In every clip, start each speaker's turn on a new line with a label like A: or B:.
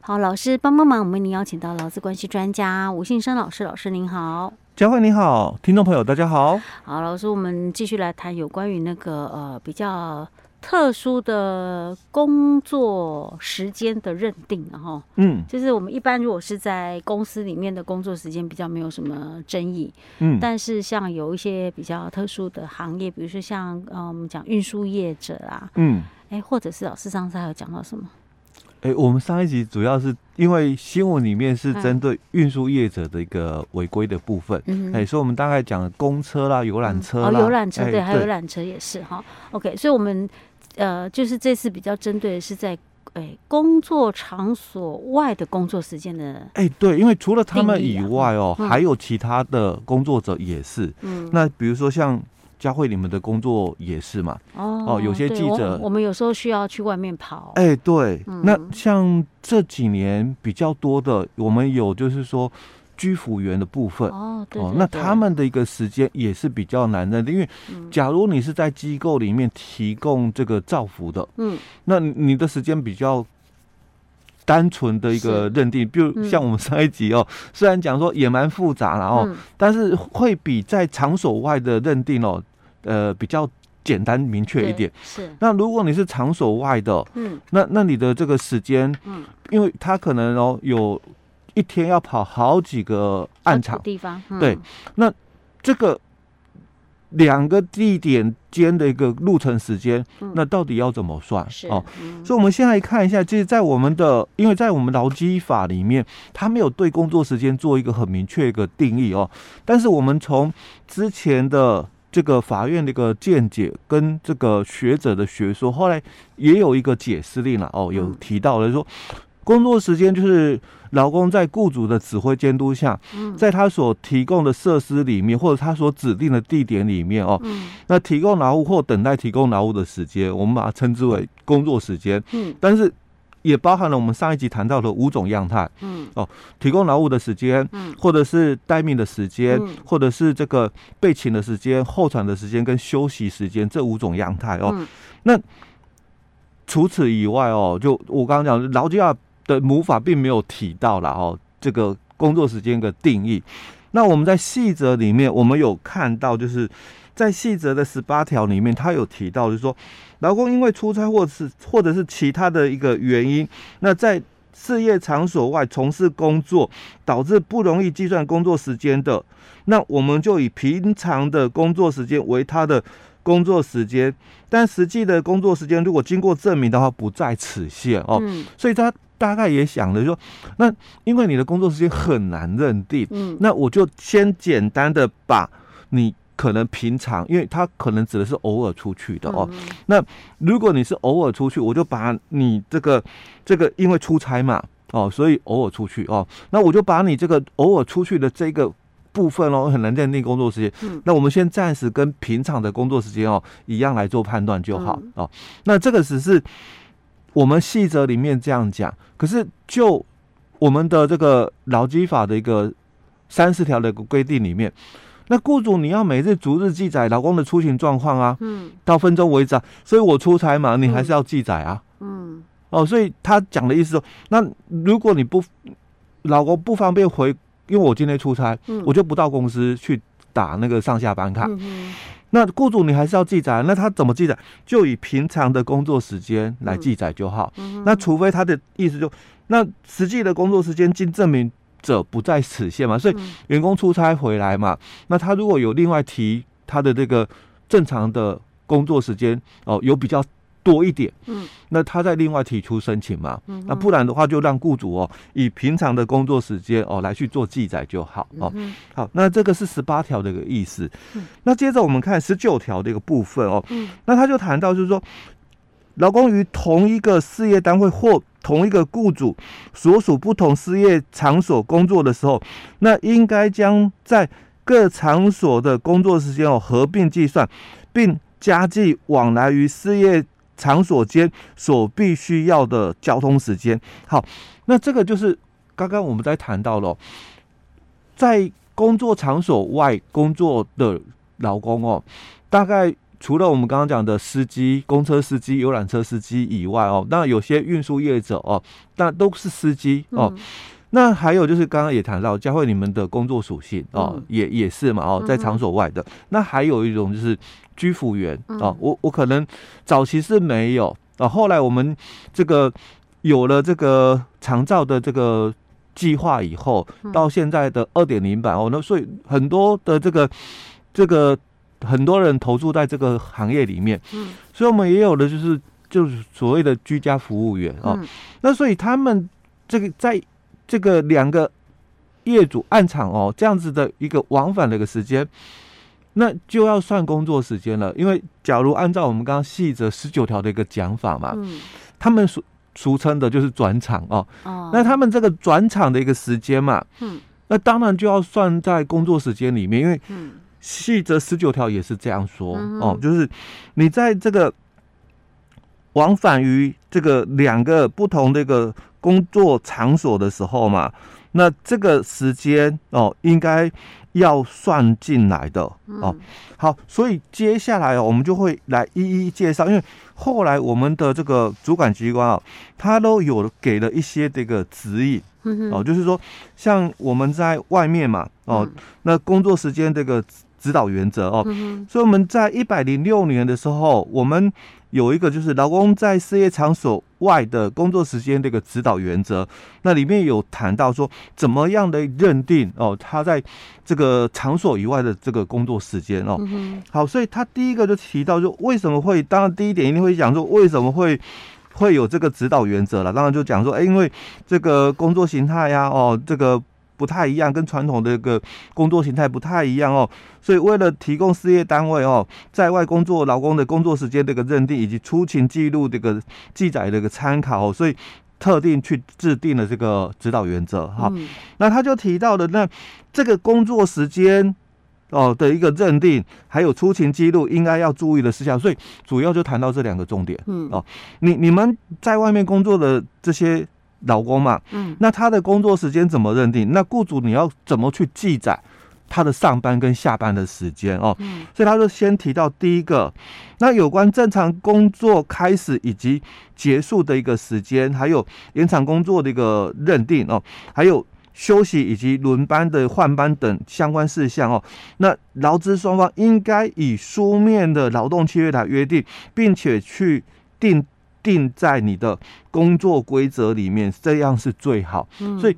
A: 好，老师帮帮忙，我们为您邀请到劳资关系专家吴信生老师，老师您好。
B: 佳慧你好，听众朋友大家好。
A: 好，老师，我们继续来谈有关于那个呃比较特殊的工作时间的认定，然后
B: 嗯
A: 就是我们一般如果是在公司里面的工作时间比较没有什么争议，
B: 嗯，
A: 但是像有一些比较特殊的行业，比如说像呃我们讲运输业者啊，
B: 嗯，
A: 哎，或者是老师上次还有讲到什么？
B: 哎、我们上一集主要是因为新闻里面是
A: 嗯
B: 针对运输业者的一个违规的部分，
A: 嗯
B: 哎、所以我们大概讲公车啦、游览车啦，
A: 哦，游览车
B: 哎
A: 对，还有游览车也是哈。OK，所以我们呃，就是这次比较针对的是在哎工作场所外的工作时间的，
B: 哎、对，因为除了他们
A: 定义
B: 以
A: 啊
B: 外哦、
A: 嗯
B: 还有其他的工作者也是。
A: 嗯，
B: 那比如说像佳慧，你们的工作也是嘛？
A: 哦
B: 哦有些
A: 对
B: 记
A: 我
B: 者
A: 我们有时候需要去外面跑，
B: 哎、对，
A: 嗯
B: 那像这几年比较多的，我们有就是说居服员的部分。
A: 哦，对
B: 哦
A: 对，
B: 那
A: 对
B: 他们的一个时间也是比较难认定，因为
A: 嗯
B: 假如你是在机构里面提供这个造福的，
A: 嗯
B: 那你的时间比较单纯的一个认定，比如
A: 嗯
B: 像我们上一集哦， 虽然讲说也蛮复杂了哦，
A: 嗯
B: 但是会比在场所外的认定哦，呃，比较简单明确一
A: 对
B: 点。
A: 是
B: 那如果你是场所外的，哦
A: 嗯
B: 那那你的这个时间，
A: 嗯，
B: 因为他可能哦有一天要跑好几个暗
A: 好
B: 场
A: 多，地方，嗯
B: 对这个两个地点间的一个路程时间，
A: 嗯
B: 那到底要怎么算？
A: 是
B: 哦，，
A: 嗯
B: 所以我们先来看一下，就是在我们的，因为在我们劳基法里面，它没有对工作时间做一个很明确一个定义哦。但是我们从之前的这个法院的一个见解跟这个学者的学说，后来也有一个解释令了哦，有
A: 嗯
B: 提到了说，工作时间就是劳工在雇主的指挥监督下，
A: 嗯
B: 在他所提供的设施里面，或者他所指定的地点里面哦，
A: 嗯
B: 那提供劳务或等待提供劳务的时间，我们把它称之为工作时间，
A: 嗯
B: 但是也包含了我们上一集谈到的五种样态：
A: 嗯
B: 提供劳务的时间，
A: 嗯
B: 或者是待命的时间
A: 嗯，
B: 或者是这个备勤的时间、候产的时间跟休息时间这五种样态哦。
A: 嗯
B: 除此以外哦，就我刚刚讲劳基法的母法并没有提到了哦，这个工作时间的定义。那我们在细则里面，我们有看到，就是在细则的十八条里面，它有提到，就是说，劳工因为出差或是或者是其他的一个原因，那在事业场所外从事工作，导致不容易计算工作时间的，那我们就以平常的工作时间为他的工作时间，但实际的工作时间如果经过证明的话，不在此限哦。
A: 嗯
B: 所以他大概也想着说，那因为你的工作时间很难认定，
A: 嗯
B: 那我就先简单的把你可能平常，因为他可能指的是偶尔出去的哦。
A: 嗯
B: 如果你是偶尔出去，我就把你这个这个因为出差嘛，哦，所以偶尔出去哦，那我就把你这个偶尔出去的这个部分哦，很难认定工作时间。
A: 嗯
B: 那我们先暂时跟平常的工作时间哦一样来做判断就好、
A: 嗯
B: 哦。那这个只是我们细则里面这样讲，可是就我们的这个劳基法的一个三十条的一个规定里面。那雇主你要每日逐日记载劳工的出行状况啊，
A: 嗯
B: 到分钟为止啊。所以我出差嘛，你还是要记载啊。
A: 嗯
B: 哦，所以他讲的意思说，那如果你不老公不方便回，因为我今天出差，
A: 嗯，
B: 我就不到公司去打那个上下班卡。
A: 嗯哼
B: 那雇主你还是要记载，啊那他怎么记载？就以平常的工作时间来记载就好。
A: 嗯哼
B: 那除非他的意思就，那实际的工作时间经证明者不在此限嘛，所以
A: 嗯
B: 员工出差回来嘛，那他如果有另外提他的这个正常的工作时间哦，有比较多一点，
A: 嗯，
B: 那他再另外提出申请嘛。
A: 嗯
B: 那
A: 哼
B: 不然的话，就让雇主哦以平常的工作时间哦来去做记载就好哦。
A: 嗯
B: 好，那这个是十八条的一个意思
A: 嗯。
B: 那接着我们看十九条的一个部分哦，
A: 嗯
B: 那他就谈到就是说，劳工于同一个事业单位或同一个雇主所属不同事业场所工作的时候，那应该将在各场所的工作时间哦合并计算，并加计往来于事业场所间所必须要的交通时间。好，那这个就是刚刚我们在谈到了哦、在工作场所外工作的劳工哦，大概除了我们刚刚讲的司机、公车司机、游览车司机以外哦，那有些运输业者哦，那都是司机哦。
A: 嗯
B: 那还有就是刚刚也谈到，佳慧你们的工作属性哦，
A: 嗯
B: 也也是嘛哦，在
A: 嗯哼
B: 场所外的。那还有一种就是居服员哦
A: 嗯，
B: 我我可能早期是没有啊，后来我们这个有了这个长照的这个计划以后，
A: 嗯
B: 到现在的二点零版哦，那所以很多的这个这个很多人投注在这个行业里面，
A: 嗯
B: 所以我们也有的就是就是所谓的居家服务员哦，
A: 嗯
B: 那所以他们这个在这个两个业主暗场哦，这样子的一个往返的一个时间，那就要算工作时间了。因为假如按照我们刚刚细则十九条的一个讲法嘛，
A: 嗯
B: 他们俗俗称的就是转场哦。
A: 哦，
B: 那他们这个转场的一个时间嘛，
A: 嗯
B: 那当然就要算在工作时间里面，因为
A: 嗯
B: 细则十九条也是这样说、
A: 嗯哼
B: 哦，就是你在这个往返于这个两个不同的一个工作场所的时候嘛，那这个时间哦应该要算进来的
A: 嗯
B: 哦。好，所以接下来、哦、我们就会来一一介绍，因为后来我们的这个主管机关啊、哦，他都有给了一些这个指引
A: 嗯哼
B: 哦，就是说像我们在外面嘛哦，那工作时间这个指指导原则哦。
A: 嗯哼
B: 所以我们在一百零六年的时候，我们有一个就是劳工在事业场所外的工作时间的一个指导原则，那里面有谈到说怎么样的认定哦，他在这个场所以外的这个工作时间哦。
A: 嗯哼
B: 好，所以他第一个就提到，就为什么会，当然第一点一定会讲说为什么会会有这个指导原则了，当然就讲说，哎、因为这个工作形态呀、哦，这个不太一样，跟传统的一个工作形态不太一样哦，所以为了提供事业单位哦，在外工作劳工的工作时间的一个认定以及出勤记录这个记载的一个参考、哦，所以特定去制定了这个指导原则哈。
A: 嗯
B: 那他就提到了，那这个工作时间哦的一个认定，还有出勤记录应该要注意的事项，所以主要就谈到这两个重点。
A: 嗯
B: 哦你你们在外面工作的这些劳工嘛，
A: 嗯
B: 那他的工作时间怎么认定？那雇主你要怎么去记载他的上班跟下班的时间哦？
A: 嗯
B: 所以他就先提到第一个，那有关正常工作开始以及结束的一个时间，还有延长工作的一个认定哦，还有休息以及轮班的换班等相关事项哦。那劳资双方应该以书面的劳动契约来约定，并且去定定在你的工作规则里面，这样是最好。
A: 嗯
B: 所以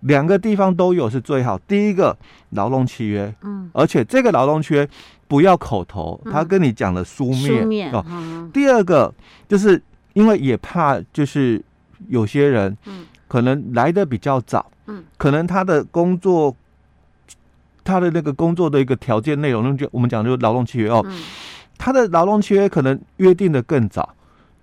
B: 两个地方都有是最好。第一个劳动契约，
A: 嗯
B: 而且这个劳动缺不要口头，
A: 嗯
B: 他跟你讲了书面。
A: 书面
B: 哦。
A: 嗯
B: 第二个就是因为也怕就是有些人
A: 嗯
B: 可能来的比较早，
A: 嗯，
B: 可能他的工作。他的那个工作的一个条件内容，那就我们讲就是劳动契约哦，
A: 嗯
B: 他的劳动契约可能约定的更早，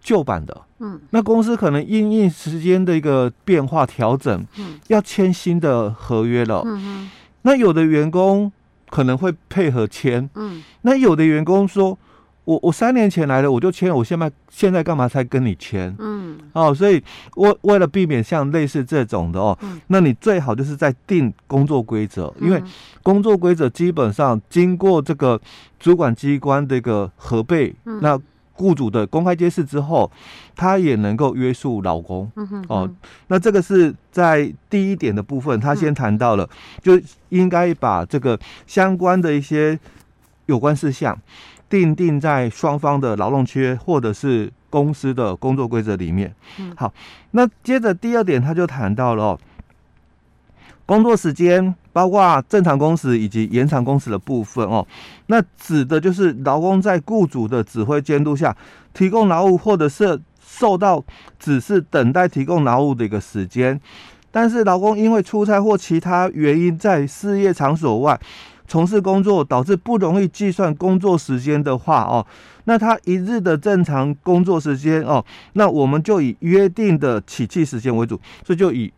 B: 旧版的，
A: 嗯，
B: 那公司可能因应时间的一个变化调整，
A: 嗯
B: 要签新的合约了。
A: 嗯
B: 那有的员工可能会配合签，
A: 嗯
B: 那有的员工说，我我三年前来了，我就签，我现在现在干嘛才跟你签？
A: 嗯
B: 哦，所以为为了避免像类似这种的哦，
A: 嗯
B: 那你最好就是在定工作规则，因为
A: 嗯
B: 工作规则基本上经过这个主管机关的一个核备，
A: 嗯
B: 那雇主的公开揭示之后，他也能够约束劳工。
A: 嗯嗯哼
B: 哦，那这个是在第一点的部分，他先谈到了，就应该把这个相关的一些有关事项定定在双方的劳动契约或者是公司的工作规则里面。
A: 嗯
B: 好，那接着第二点，他就谈到了、哦、工作时间，包括正常工时以及延长工时的部分哦。那指的就是劳工在雇主的指挥监督下，提供劳务或者是受到只是等待提供劳务的一个时间。但是劳工因为出差或其他原因在事业场所外从事工作，导致不容易计算工作时间的话哦，那他一日的正常工作时间哦，那我们就以约定的起讫时间为主，所以就以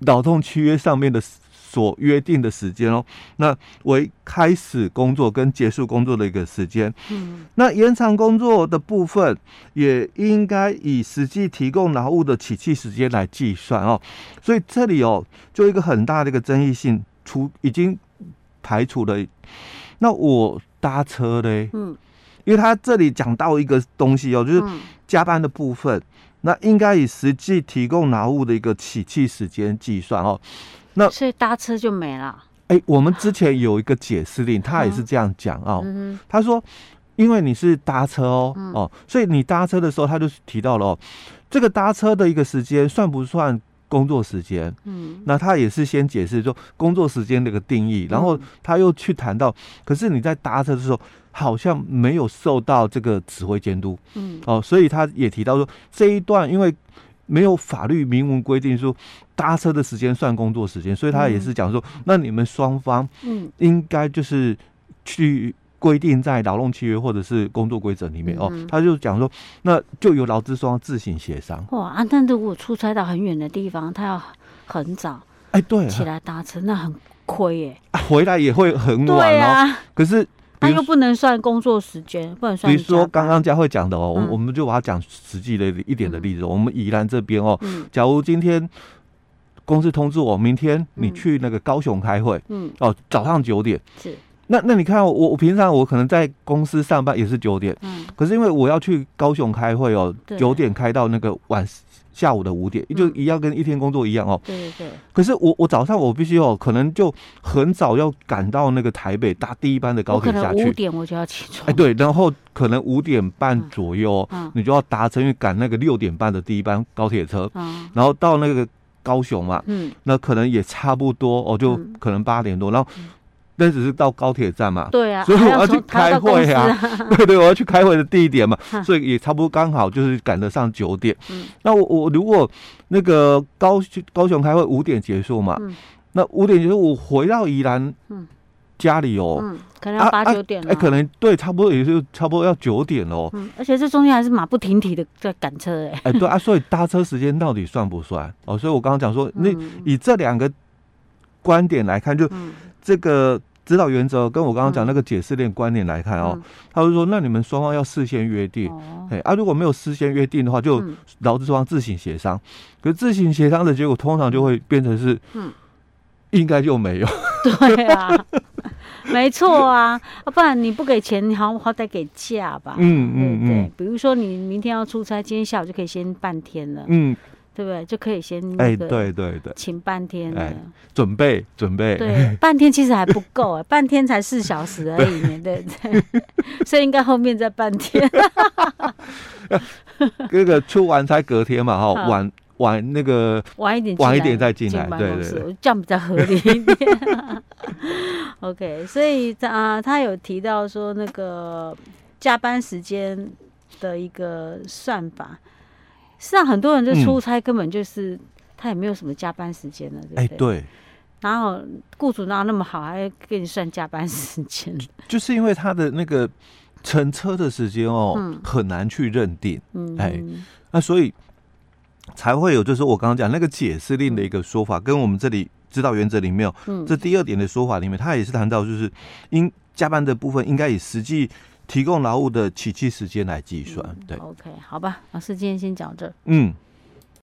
B: 劳动契约上面的所约定的时间哦，那为开始工作跟结束工作的一个时间。
A: 嗯
B: 那延长工作的部分，也应该以实际提供劳务的起讫时间来计算哦。所以这里哦，就一个很大的一个争议性，除已经排除了。那我搭车嘞，
A: 嗯
B: 因因为他这里讲到一个东西哦，就是
A: 嗯
B: 加班的部分，那应该以实际提供劳务的一个起讫时间计算哦。
A: 所以搭车就没了。
B: 哎、我们之前有一个解释令，他也是这样讲哦，
A: 嗯哼，
B: 他说，因为你是搭车哦，哦，所以你搭车的时候，他就提到了哦，这个搭车的一个时间算不算工作时间？
A: 嗯，
B: 那他也是先解释说工作时间的一个定义，然后他又去谈到，可是你在搭车的时候好像没有受到这个指挥监督，
A: 嗯，
B: 哦，所以他也提到说这一段因为没有法律明文规定说搭车的时间算工作时间，所以他也是讲说，那你们双方
A: 嗯，
B: 应该就是去。规定在劳动契约或者是工作规则里面、
A: 嗯
B: 哦，他就讲说，那就由劳资双方自行协商。
A: 哇，啊，那如果出差到很远的地方，他要很早
B: 哎、对、
A: 起来搭车，那很亏耶。
B: 啊回来也会很晚
A: 对
B: 哦。
A: 呀、
B: 可是比
A: 那
B: 如
A: 又不能算工作时间，不能算
B: 比如说
A: 加班
B: 刚刚佳慧讲的哦，我、
A: 嗯
B: 我们就把它讲实际的一点的
A: 嗯
B: 例子。我们宜兰这边哦，
A: 嗯
B: 假如今天公司通知我，明天你
A: 嗯
B: 去那个高雄开会、
A: 嗯
B: 哦，早上九点。
A: 是
B: 那那你看哦我我平常我可能在公司上班也是九点，
A: 嗯
B: 可是因为我要去高雄开会哦
A: 对，嗯
B: 九点开到那个晚下午的五点，就一样跟一天工作一样哦。
A: 对对对
B: 可是我我早上我必须哦，可能就很早要赶到那个台北搭第一班的高
A: 我可
B: 铁
A: 能
B: 下
A: 五
B: 去。
A: 点我就要起
B: 哎、
A: 床，
B: 对，然后可能五点半左右哦、
A: 嗯
B: 你就要搭乘，因为赶那个六点半的第一班高铁车，
A: 啊
B: 然后到那个高雄嘛，
A: 嗯
B: 那可能也差不多哦，就
A: 嗯
B: 可能八点多，然后那只是到高铁站嘛，
A: 对啊，
B: 所以
A: 还
B: 我要
A: 从
B: 去
A: 还到
B: 开会啊
A: 公司啊，
B: 对对，我要去开会的地点嘛
A: 哈，
B: 所以也差不多刚好就是赶得上九点。
A: 嗯
B: 那我我如果那个高雄高雄开会五点结束嘛，
A: 嗯
B: 那五点结束我回到宜兰
A: 嗯
B: 家里哦，
A: 嗯，可能
B: 啊
A: 要八
B: 啊
A: 九点
B: 哎、
A: 了，
B: 可能对，差不多也是差不多要九点了 哦。
A: 嗯，而且这中间还是马不停蹄的在赶车哎，
B: 哎、对啊，所以搭车时间到底算不算？哦，所以我刚刚讲说，那
A: 嗯
B: 以这两个观点来看，就
A: 嗯
B: 这个指导原则跟我刚刚讲那个解释链观点来看哦，他就说，那你们双方要事先约定。
A: 嗯哦
B: 哎啊，如果没有事先约定的话，就
A: 嗯
B: 劳资双方自行协商。可是自行协商的结果，通常就会变成是，
A: 嗯
B: 应该就没有。
A: 对 啊，没错啊，啊不然你不给钱，你好好歹给假吧，
B: 嗯
A: 对
B: 嗯
A: 不对
B: 嗯，
A: 比如说你明天要出差，今天下午就可以先半天了，
B: 嗯，
A: 对嗯不对？就可以先那
B: 哎、
A: 个
B: 对对对，
A: 请半天了
B: 哎。准备准备，
A: 对，半天其实还不够哎， 半天才四小时而已呢， 对不对？所以应该后面再半天。
B: 那个出完差隔天嘛，哈，
A: 好
B: 晚晚那个
A: 晚一点进来，
B: 晚一点再进来，
A: 办
B: 对
A: 公
B: 对
A: 室
B: 对，
A: 我这样比较合理一点。OK，所以他、啊、他有提到说那个加班时间的一个算法，是啊，很多人就
B: 嗯
A: 出差根本就是、他也没有什么加班时间了，对不对？
B: 哎、对，
A: 然后雇主哪有那么好，还给你算加班时间？
B: 就是因为他的那个乘车的时间哦，
A: 嗯
B: 很难去认定，
A: 嗯，
B: 哎那所以才会有就是我刚刚讲那个解释令的一个说法，跟我们这里指导原则里面哦，
A: 嗯
B: 这第二点的说法里面，他也是谈到就是应加班的部分应该以实际提供劳务的起讫时间来计算，对，
A: 嗯 OK，好吧，老师今天先讲到这儿。
B: 嗯。